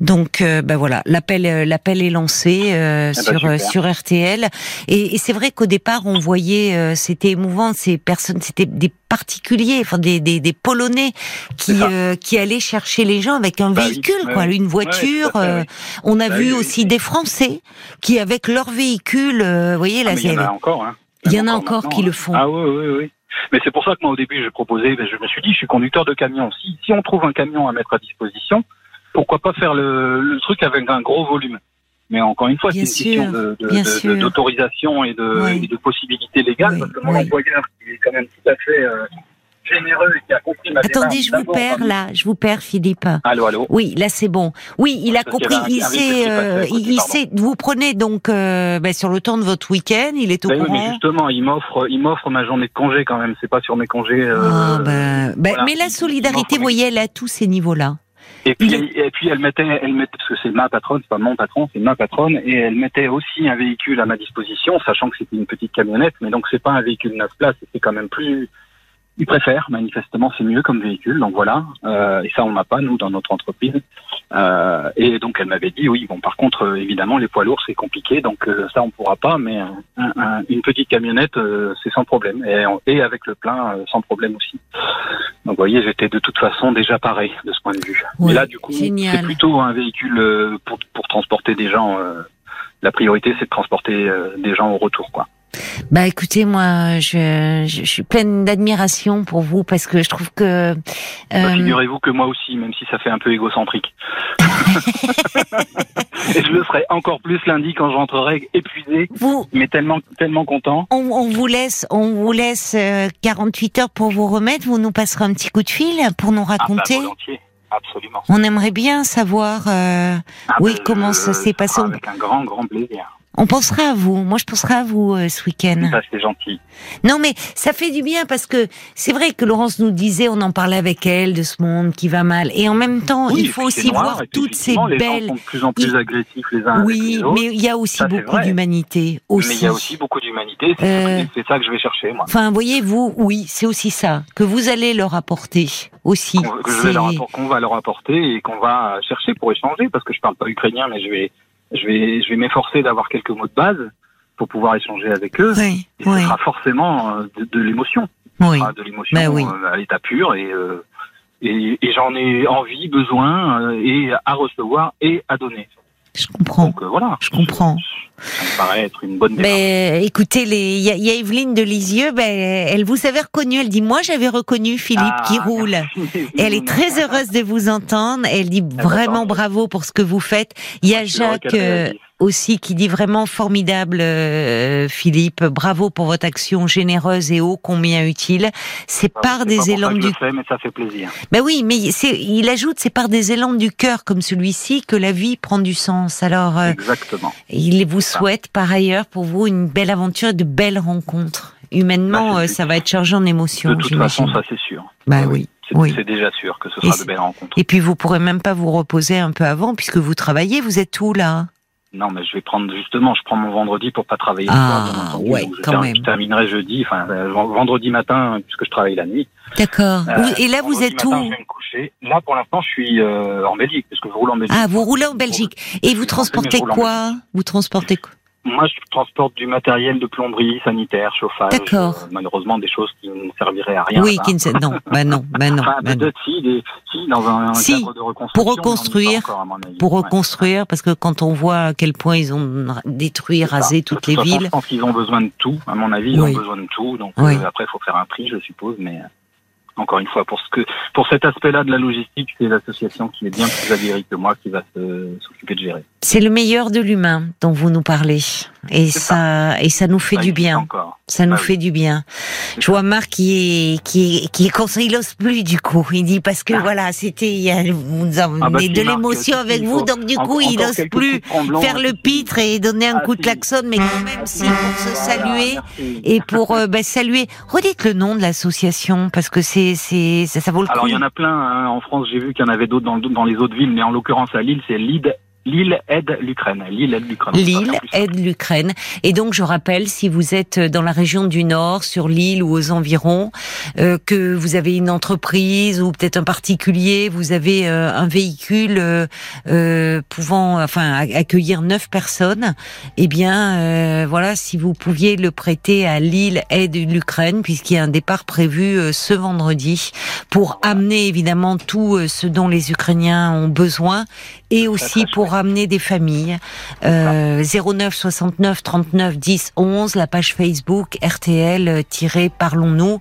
Speaker 1: Donc euh, ben voilà, l'appel euh, l'appel est lancé euh,
Speaker 2: Ah bah,
Speaker 1: sur euh,
Speaker 2: super.
Speaker 1: sur RTL et, et c'est vrai qu'au départ on voyait euh, c'était émouvant ces personnes c'était des particuliers enfin des des, des polonais qui
Speaker 2: C'est ça.
Speaker 1: euh, qui allaient chercher les gens avec un
Speaker 2: Bah oui,
Speaker 1: véhicule
Speaker 2: ouais,
Speaker 1: quoi,
Speaker 2: ouais.
Speaker 1: une
Speaker 2: Ouais,
Speaker 1: voiture.
Speaker 2: tout à fait,
Speaker 1: euh,
Speaker 2: oui.
Speaker 1: on a
Speaker 2: Bah
Speaker 1: vu
Speaker 2: oui, oui,
Speaker 1: aussi
Speaker 2: oui.
Speaker 1: des Français qui avec leur véhicule euh, vous voyez
Speaker 2: Ah,
Speaker 1: là
Speaker 2: mais il y en
Speaker 1: c'est-
Speaker 2: a encore, hein.
Speaker 1: il y
Speaker 2: Même
Speaker 1: en a encore
Speaker 2: maintenant,
Speaker 1: qui
Speaker 2: hein.
Speaker 1: le font.
Speaker 2: Ah oui, oui, oui. Mais c'est pour ça que moi, au début, je proposais, ben, je me suis dit, je suis conducteur de camion. Si, si on trouve un camion à mettre à disposition, pourquoi pas faire le, le truc avec un gros volume Mais encore une fois, c'est
Speaker 1: Bien
Speaker 2: une question
Speaker 1: sûr,
Speaker 2: de- de-
Speaker 1: bien
Speaker 2: de-
Speaker 1: sûr.
Speaker 2: de- d'autorisation et, de,
Speaker 1: Oui.
Speaker 2: et de possibilités légales,
Speaker 1: Oui,
Speaker 2: parce que mon
Speaker 1: oui.
Speaker 2: employeur, qui est quand même tout à fait euh, généreux et qui a compris ma
Speaker 1: Attendez,
Speaker 2: démarche,
Speaker 1: je vous
Speaker 2: d'abord, hein.
Speaker 1: perds
Speaker 2: par-
Speaker 1: là, je vous perds Philippe.
Speaker 2: Allô, allô
Speaker 1: Oui, là c'est bon. Oui, il a
Speaker 2: Parce qu'il
Speaker 1: compris.
Speaker 2: y avait
Speaker 1: Il
Speaker 2: un- un véhicule
Speaker 1: sait,
Speaker 2: qui passait à
Speaker 1: euh,
Speaker 2: côté,
Speaker 1: il il
Speaker 2: pardon.
Speaker 1: sait. Vous prenez donc euh, ben, sur le temps de votre week-end. Il est au
Speaker 2: Ben oui, mais
Speaker 1: courant.
Speaker 2: justement, il m'offre, il m'offre ma journée de congé quand même. C'est pas sur mes congés. euh,
Speaker 1: Ah, ben, ben,
Speaker 2: voilà.
Speaker 1: Mais la solidarité,
Speaker 2: Justement,
Speaker 1: vous voyez, elle est à tous ces niveaux-là.
Speaker 2: Et puis,
Speaker 1: Il
Speaker 2: et puis elle mettait, elle mettait, parce que c'est ma patronne, c'est pas mon patron, c'est ma patronne, et elle mettait aussi un véhicule à ma disposition, sachant que c'était une petite camionnette, mais donc c'est pas un véhicule neuf places, c'est quand même plus. Ils préfèrent, manifestement, c'est mieux comme véhicule, donc voilà. Euh, et ça, on n'a pas nous dans notre entreprise. Euh, et donc elle m'avait dit, oui, bon, par contre, euh, évidemment, les poids lourds c'est compliqué, donc euh, ça on pourra pas, mais euh, un- un- une petite camionnette euh, c'est sans problème, et, en- et avec le plein euh, sans problème aussi. Donc, vous voyez, j'étais de toute façon déjà paré de ce point de vue.
Speaker 1: Ouais,
Speaker 2: Et là, du coup,
Speaker 1: génial.
Speaker 2: c'est plutôt un véhicule euh, pour, pour transporter des gens. euh, la priorité, c'est de transporter euh, des gens au retour, quoi.
Speaker 1: Bah, écoutez, moi, je, je, je suis pleine d'admiration pour vous parce que je trouve que.
Speaker 2: Bah,
Speaker 1: euh,
Speaker 2: Figurez-vous que moi aussi, même si ça fait un peu égocentrique. Et je le ferai encore plus lundi quand je rentrerai épuisé,
Speaker 1: vous,
Speaker 2: mais tellement, tellement content.
Speaker 1: on, on vous laisse, on vous laisse euh, 48 heures pour vous remettre. Vous nous passerez un petit coup de fil pour nous
Speaker 2: Ah, bah,
Speaker 1: raconter.
Speaker 2: volontiers, absolument.
Speaker 1: on aimerait bien savoir. euh,
Speaker 2: Ah,
Speaker 1: Oui,
Speaker 2: bah,
Speaker 1: comment ça
Speaker 2: je-
Speaker 1: s'est
Speaker 2: ce
Speaker 1: passé
Speaker 2: sera Avec un grand, grand plaisir.
Speaker 1: on pensera à vous. Moi, je penserai à vous euh, ce week-end.
Speaker 2: Ça, c'est gentil.
Speaker 1: Non, mais ça fait du bien parce que c'est vrai que Laurence nous disait, on en parlait avec elle de ce monde qui va mal. Et en même temps,
Speaker 2: Oui,
Speaker 1: il
Speaker 2: et
Speaker 1: faut
Speaker 2: puis c'est
Speaker 1: aussi
Speaker 2: noir,
Speaker 1: voir
Speaker 2: et puis
Speaker 1: toutes ces
Speaker 2: effectivement, les gens
Speaker 1: belles.
Speaker 2: sont de plus en plus
Speaker 1: Il-
Speaker 2: agressifs les uns avec
Speaker 1: Oui,
Speaker 2: les autres.
Speaker 1: mais il y a aussi
Speaker 2: Ça, c'est
Speaker 1: beaucoup
Speaker 2: vrai.
Speaker 1: d'humanité aussi.
Speaker 2: Mais il y a aussi beaucoup d'humanité. c'est-
Speaker 1: Euh,
Speaker 2: C'est ça que je vais chercher, moi.
Speaker 1: Enfin, voyez-vous, oui, c'est aussi ça que vous allez leur apporter aussi.
Speaker 2: Qu'on que je vais
Speaker 1: C'est-
Speaker 2: leur appor- qu'on va leur apporter et qu'on va chercher pour échanger, parce que je parle pas ukrainien, mais je vais, je vais, je vais m'efforcer d'avoir quelques mots de base pour pouvoir échanger avec eux.
Speaker 1: Oui,
Speaker 2: Et
Speaker 1: oui,
Speaker 2: ce sera forcément euh, de, de l'émotion,
Speaker 1: oui.
Speaker 2: Enfin, de l'émotion
Speaker 1: Ben oui.
Speaker 2: euh, à l'état pur et. euh, et, et j'en ai envie, besoin, euh, et à recevoir et à donner.
Speaker 1: Je comprends.
Speaker 2: Donc euh, voilà.
Speaker 1: Je comprends.
Speaker 2: Ça me paraît être une bonne démarche.
Speaker 1: Ben, écoutez, les- il y, a- il y a Evelyne de Lisieux, ben, elle vous avait reconnu. Elle dit, moi, j'avais reconnu Philippe qui
Speaker 2: Ah,
Speaker 1: roule.
Speaker 2: merci.
Speaker 1: Et Elle est très heureuse de vous entendre. Elle dit
Speaker 2: Ah, bah,
Speaker 1: vraiment
Speaker 2: pardon.
Speaker 1: bravo pour ce que vous faites. Il y a
Speaker 2: Je vois
Speaker 1: Jacques
Speaker 2: qu'elle
Speaker 1: euh,
Speaker 2: réagit.
Speaker 1: aussi qui dit vraiment formidable, euh, Philippe. Bravo pour votre action généreuse et ô combien utile. C'est
Speaker 2: Ah,
Speaker 1: par
Speaker 2: c'est pas
Speaker 1: des
Speaker 2: pour ça
Speaker 1: élans
Speaker 2: que je
Speaker 1: du.
Speaker 2: le fais, mais ça fait plaisir.
Speaker 1: Ben oui, mais c'est. Il ajoute, c'est par des élans du cœur comme celui-ci que la vie prend du sens. Alors, euh,
Speaker 2: Exactement.
Speaker 1: il vous
Speaker 2: ça.
Speaker 1: souhaite par ailleurs pour vous une belle aventure et de belles rencontres. Humainement,
Speaker 2: Bah,
Speaker 1: euh,
Speaker 2: c'est-
Speaker 1: ça va être chargé en émotions.
Speaker 2: De toute façon,
Speaker 1: j'imagine.
Speaker 2: ça c'est sûr.
Speaker 1: Bah oui.
Speaker 2: C'est
Speaker 1: Oui.
Speaker 2: c'est déjà sûr que ce
Speaker 1: Et
Speaker 2: sera
Speaker 1: c'est-
Speaker 2: de belles rencontres.
Speaker 1: Et puis vous pourrez même pas vous reposer un peu avant puisque vous travaillez, vous êtes où là
Speaker 2: Non, mais je vais prendre justement, je prends mon vendredi pour pas travailler. le
Speaker 1: Ah,
Speaker 2: soir, bien entendu.
Speaker 1: ouais,
Speaker 2: Donc, je
Speaker 1: quand
Speaker 2: ter-
Speaker 1: même.
Speaker 2: Je terminerai jeudi, enfin euh, ven- vendredi matin puisque je travaille la nuit.
Speaker 1: D'accord.
Speaker 2: Euh,
Speaker 1: Vous- et là, vous
Speaker 2: vendredi
Speaker 1: êtes
Speaker 2: matin,
Speaker 1: où
Speaker 2: Je vais me coucher. Là, pour l'instant, je suis euh, en Belgique parce que je roule en Belgique.
Speaker 1: Ah, vous roulez en Belgique. Et vous
Speaker 2: Je
Speaker 1: transportez
Speaker 2: roule en
Speaker 1: quoi Vous transportez quoi
Speaker 2: Moi, je transporte du matériel de plomberie, sanitaire, chauffage.
Speaker 1: D'accord.
Speaker 2: euh, malheureusement, des choses qui ne serviraient à rien.
Speaker 1: Oui,
Speaker 2: là.
Speaker 1: qui ne sait- non, bah non, bah non,
Speaker 2: Enfin,
Speaker 1: bah non.
Speaker 2: peut-être si, des- si, dans un un
Speaker 1: Si,
Speaker 2: cadre de reconstruction. mais on n'y est pas
Speaker 1: reconstruire,
Speaker 2: encore, à mon avis.
Speaker 1: Pour
Speaker 2: Ouais.
Speaker 1: reconstruire, parce que quand on voit à quel point ils ont ra- détruit, rasé
Speaker 2: De
Speaker 1: toutes
Speaker 2: toute
Speaker 1: les
Speaker 2: façon,
Speaker 1: villes,
Speaker 2: Je pense qu'ils ont besoin de tout. À mon avis, ils
Speaker 1: Oui.
Speaker 2: ont besoin de tout. Donc
Speaker 1: Oui.
Speaker 2: euh, après, il faut faire un prix, je suppose. Mais euh, encore une fois, pour ce que, pour cet aspect-là de la logistique, c'est l'association qui est bien plus aguerrie que moi qui va se- s'occuper de gérer.
Speaker 1: c'est le meilleur de l'humain dont vous nous parlez. Et
Speaker 2: C'est
Speaker 1: ça, et ça nous fait
Speaker 2: Ça Bah,
Speaker 1: du
Speaker 2: existe
Speaker 1: bien.
Speaker 2: Encore.
Speaker 1: Ça nous
Speaker 2: Ah oui.
Speaker 1: fait du bien.
Speaker 2: C'est
Speaker 1: Je vois Marc qui est, qui est, qui est conseil, il ose plus du coup. Il dit parce que voilà, c'était, il y a, vous nous emmenez
Speaker 2: Ah bah si,
Speaker 1: de
Speaker 2: Marc,
Speaker 1: l'émotion
Speaker 2: si,
Speaker 1: avec
Speaker 2: il
Speaker 1: vous,
Speaker 2: faut
Speaker 1: donc du
Speaker 2: Enco-
Speaker 1: coup, il
Speaker 2: encore
Speaker 1: ose
Speaker 2: quelques
Speaker 1: plus
Speaker 2: coups de tremblant,
Speaker 1: faire le
Speaker 2: si, si.
Speaker 1: pitre et donner un
Speaker 2: Ah,
Speaker 1: coup de
Speaker 2: si.
Speaker 1: klaxon, mais quand même, si, pour se
Speaker 2: Voilà,
Speaker 1: saluer
Speaker 2: merci.
Speaker 1: et pour euh, bah, saluer. Redites le nom de l'association parce que c'est c'est ça, ça vaut le
Speaker 2: Alors
Speaker 1: coup.
Speaker 2: il y en a plein hein. en France. J'ai vu qu'il y en avait d'autres dans, le- dans les autres villes, mais en l'occurrence à Lille, c'est Lille, Lille aide l'Ukraine. Lille aide l'Ukraine.
Speaker 1: Lille
Speaker 2: En plus,
Speaker 1: aide l'Ukraine. Et donc, je rappelle, si vous êtes dans la région du Nord, sur l'île ou aux environs, euh, que vous avez une entreprise ou peut-être un particulier, vous avez euh, un véhicule euh, euh, pouvant, enfin, a- accueillir neuf personnes, eh bien, euh, voilà, si vous pouviez le prêter à Lille aide l'Ukraine, puisqu'il y a un départ prévu euh, ce vendredi pour amener évidemment tout euh, ce dont les Ukrainiens ont besoin et aussi
Speaker 2: très
Speaker 1: pour amener des familles. Euh, 09 69 39 10 11, la page Facebook RTL-Parlons-nous. euh,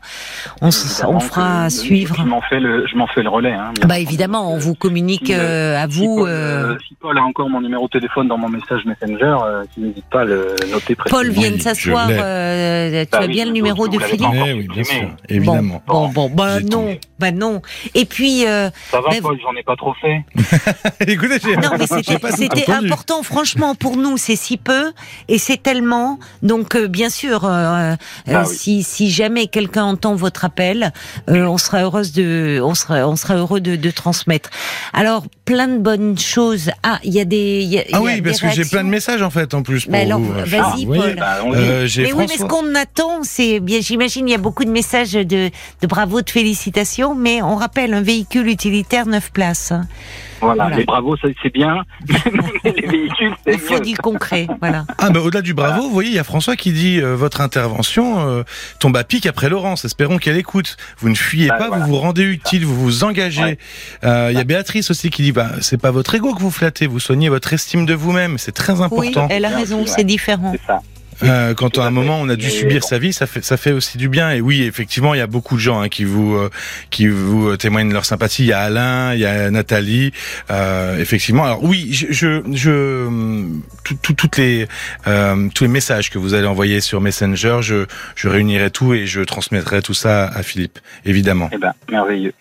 Speaker 1: On, s-
Speaker 2: évidemment
Speaker 1: on
Speaker 2: que-
Speaker 1: fera
Speaker 2: Je
Speaker 1: suivre.
Speaker 2: m'en fais le, je m'en fais le relais. hein, bien
Speaker 1: Bah
Speaker 2: entendu.
Speaker 1: évidemment, on vous communique
Speaker 2: Si,
Speaker 1: euh, à
Speaker 2: Si
Speaker 1: vous.
Speaker 2: Paul,
Speaker 1: euh,
Speaker 2: euh, si Paul a encore mon numéro de téléphone dans mon message Messenger, euh, qu'il n'hésite pas à le noter précisément.
Speaker 1: Paul vient de
Speaker 3: Oui, je
Speaker 1: s'asseoir.
Speaker 3: l'ai.
Speaker 1: euh, tu
Speaker 2: Bah
Speaker 1: as
Speaker 2: oui,
Speaker 1: bien le
Speaker 2: vous-
Speaker 1: numéro
Speaker 2: vous
Speaker 1: de
Speaker 2: l'avez
Speaker 1: Philippe.
Speaker 2: pas encore
Speaker 3: Eh oui, bien
Speaker 2: supprimé.
Speaker 3: sûr, évidemment.
Speaker 1: Bon, bon, bah
Speaker 3: J'ai
Speaker 1: non,
Speaker 3: tout.
Speaker 1: bah non. Et puis, euh,
Speaker 2: Ça va,
Speaker 1: Mais-
Speaker 2: Paul, j'en ai pas trop fait.
Speaker 3: Écoutez, j'ai
Speaker 1: non, mais c'était-
Speaker 3: j'ai pas tout
Speaker 1: c'était
Speaker 3: entendu.
Speaker 1: important, franchement, pour nous, c'est si peu et c'est tellement. Donc, euh, bien sûr, euh,
Speaker 3: Ah
Speaker 1: euh,
Speaker 2: oui.
Speaker 1: si, si jamais quelqu'un entend votre appel, euh, on sera heureuse de, on sera, on sera heureux de, de transmettre. Alors, plein de bonnes choses. Ah, il y a des, il y a- il y a
Speaker 3: Ah oui,
Speaker 1: des
Speaker 3: parce que j'ai
Speaker 1: réactions.
Speaker 3: plein de messages en fait en plus. Pour
Speaker 1: Bah alors,
Speaker 3: vous. Ah,
Speaker 1: vas-y,
Speaker 3: Vous voyez
Speaker 1: Paul.
Speaker 2: Bah, on-
Speaker 3: Euh, j'ai
Speaker 1: Mais oui, mais ce
Speaker 3: François-
Speaker 1: qu'on attend, c'est bien, j'imagine, il y a beaucoup de messages de, de bravo, de félicitations, mais on rappelle un véhicule utilitaire 9 places. hein.
Speaker 2: voilà,
Speaker 1: voilà.
Speaker 2: les bravos, ça, c'est bien. Mais les véhicules,
Speaker 1: Il
Speaker 2: c'est
Speaker 1: faut
Speaker 2: mieux.
Speaker 1: du concret, voilà.
Speaker 3: Ah, bah, au-delà du bravo, vous voyez, il y a François qui dit euh, votre intervention euh, tombe à pic après Laurence. Espérons qu'elle écoute. Vous ne fuyez
Speaker 2: Bah,
Speaker 3: pas,
Speaker 2: voilà.
Speaker 3: vous vous rendez utile, vous vous engagez.
Speaker 2: Ouais.
Speaker 3: Euh, Il y a Béatrice aussi qui dit bah, c'est pas votre ego que vous flattez, vous soignez votre estime de vous-même. C'est très
Speaker 1: Oui,
Speaker 3: important.
Speaker 1: elle a
Speaker 2: Bien
Speaker 1: raison,
Speaker 2: sûr, ouais.
Speaker 1: c'est différent.
Speaker 2: C'est ça.
Speaker 3: Euh, quand
Speaker 2: Tout
Speaker 3: à
Speaker 2: à
Speaker 3: un
Speaker 2: fait.
Speaker 3: moment on a dû
Speaker 2: Mais
Speaker 3: subir
Speaker 2: bon.
Speaker 3: sa vie, ça fait ça fait aussi du bien. Et oui, effectivement, il y a beaucoup de gens hein, qui vous euh, qui vous euh, témoignent de leur sympathie. Il y a Alain, il y a Nathalie. Euh, effectivement. Alors oui, je je, je tout- tout- toutes les euh, tous les messages que vous allez envoyer sur Messenger, je je réunirai tout et je transmettrai tout ça à Philippe, évidemment.
Speaker 2: Eh ben, merveilleux.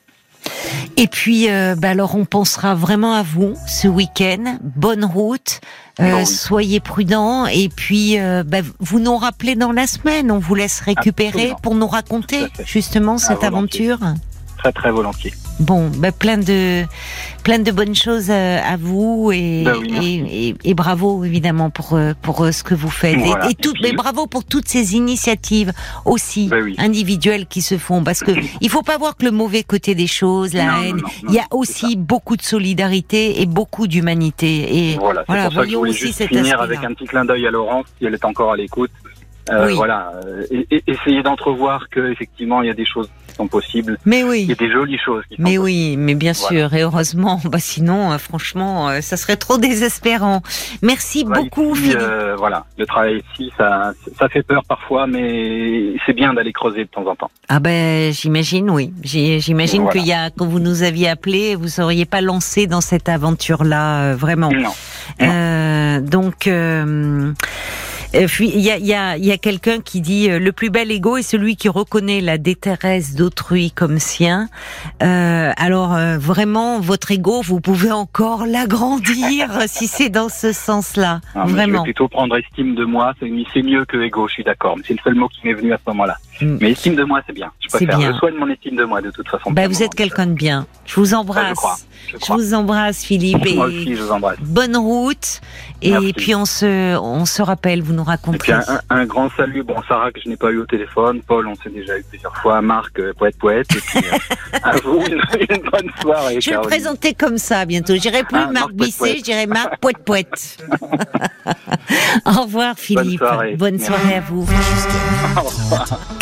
Speaker 1: Et puis, euh, bah alors, on pensera vraiment à vous ce week-end. Bonne route, euh,
Speaker 2: Bon, oui.
Speaker 1: soyez prudents. Et puis, euh, bah, vous nous rappelez dans la semaine. On vous laisse récupérer
Speaker 2: Absolument.
Speaker 1: pour nous raconter
Speaker 2: Tout à fait. Ah,
Speaker 1: justement cette
Speaker 2: volontiers.
Speaker 1: aventure.
Speaker 2: Très, très volontiers.
Speaker 1: Bon, bah, plein de plein de bonnes choses euh, à vous et,
Speaker 2: Bah oui, merci.
Speaker 1: et, et- et bravo évidemment pour euh, pour euh, ce que vous faites Et-
Speaker 2: Voilà.
Speaker 1: et,
Speaker 2: Et
Speaker 1: tout,
Speaker 2: puis-
Speaker 1: mais bravo pour toutes ces initiatives aussi
Speaker 2: Bah oui.
Speaker 1: individuelles qui se font parce que il faut pas voir que le mauvais côté des choses, la
Speaker 2: Non, non,
Speaker 1: haine.
Speaker 2: non, non,
Speaker 1: il y a
Speaker 2: c'est
Speaker 1: aussi beaucoup de solidarité et beaucoup d'humanité et
Speaker 2: Voilà, c'est
Speaker 1: Voilà,
Speaker 2: pour ça que je
Speaker 1: voyons
Speaker 2: voulais
Speaker 1: aussi
Speaker 2: juste
Speaker 1: cet
Speaker 2: finir
Speaker 1: aspect-là.
Speaker 2: avec un petit clin d'œil à Laurence, si elle est encore à l'écoute. Euh,
Speaker 1: Oui.
Speaker 2: Voilà, euh, et, et- essayez d'entrevoir que effectivement il y a des choses qui sont possibles,
Speaker 1: mais
Speaker 2: il y
Speaker 1: oui.
Speaker 2: a des jolies choses qui sont
Speaker 1: Mais oui, mais bien
Speaker 2: Voilà.
Speaker 1: sûr, et heureusement, bah sinon, euh, franchement, euh, ça serait trop désespérant. Merci
Speaker 2: Ouais,
Speaker 1: beaucoup,
Speaker 2: ici,
Speaker 1: Philippe.
Speaker 2: euh, voilà, le travail ici, ça, ça fait peur parfois, mais c'est bien d'aller creuser de temps en temps.
Speaker 1: Ah ben j'imagine oui, J'ai- j'imagine
Speaker 2: Voilà.
Speaker 1: qu'il y a quand vous nous aviez appelé, vous seriez pas lancé dans cette aventure là vraiment.
Speaker 2: Non. Non.
Speaker 1: Euh, donc euh, euh, puis, il y a, il y a, il y a quelqu'un qui dit euh, le plus bel ego est celui qui reconnaît la détresse d'autrui comme sien. Euh, alors euh, vraiment votre ego vous pouvez encore l'agrandir si c'est dans ce sens là
Speaker 2: Non, Ah, mais Je vais
Speaker 1: vraiment.
Speaker 2: plutôt prendre estime de moi, c'est c'est mieux que ego, je suis d'accord, mais c'est le seul mot qui m'est venu à ce moment-là.
Speaker 1: Mm.
Speaker 2: Mais estime de moi, c'est bien. Je
Speaker 1: C'est
Speaker 2: préfère.
Speaker 1: bien.
Speaker 2: Je soigne mon estime de moi, de toute façon.
Speaker 1: Bah,
Speaker 2: pour le
Speaker 1: vous
Speaker 2: moment.
Speaker 1: êtes quelqu'un de bien. Je vous
Speaker 2: Ça, Je
Speaker 1: embrasse.
Speaker 2: crois. Je
Speaker 1: Je
Speaker 2: crois.
Speaker 1: vous embrasse, Philippe.
Speaker 2: Moi
Speaker 1: Et
Speaker 2: aussi, je vous embrasse.
Speaker 1: bonne route. Et
Speaker 2: Merci.
Speaker 1: puis on se, on se rappelle, vous nous
Speaker 2: Et puis
Speaker 1: raconterez.
Speaker 2: un, un- un grand salut, bon Sarah que je n'ai pas eu au téléphone, Paul on s'est déjà eu plusieurs fois, Marc euh, poète poète, et puis euh, à vous une, une bonne soirée.
Speaker 1: Je vais le
Speaker 2: Caroline.
Speaker 1: présenter comme ça bientôt. J'irai plus
Speaker 2: Ah,
Speaker 1: Marc
Speaker 2: Marc
Speaker 1: Bisset,
Speaker 2: Poète-Poète.
Speaker 1: je dirai Marc Poète Poète. Au revoir Philippe.
Speaker 2: soirée.
Speaker 1: Bonne
Speaker 2: Merci.
Speaker 1: soirée à vous.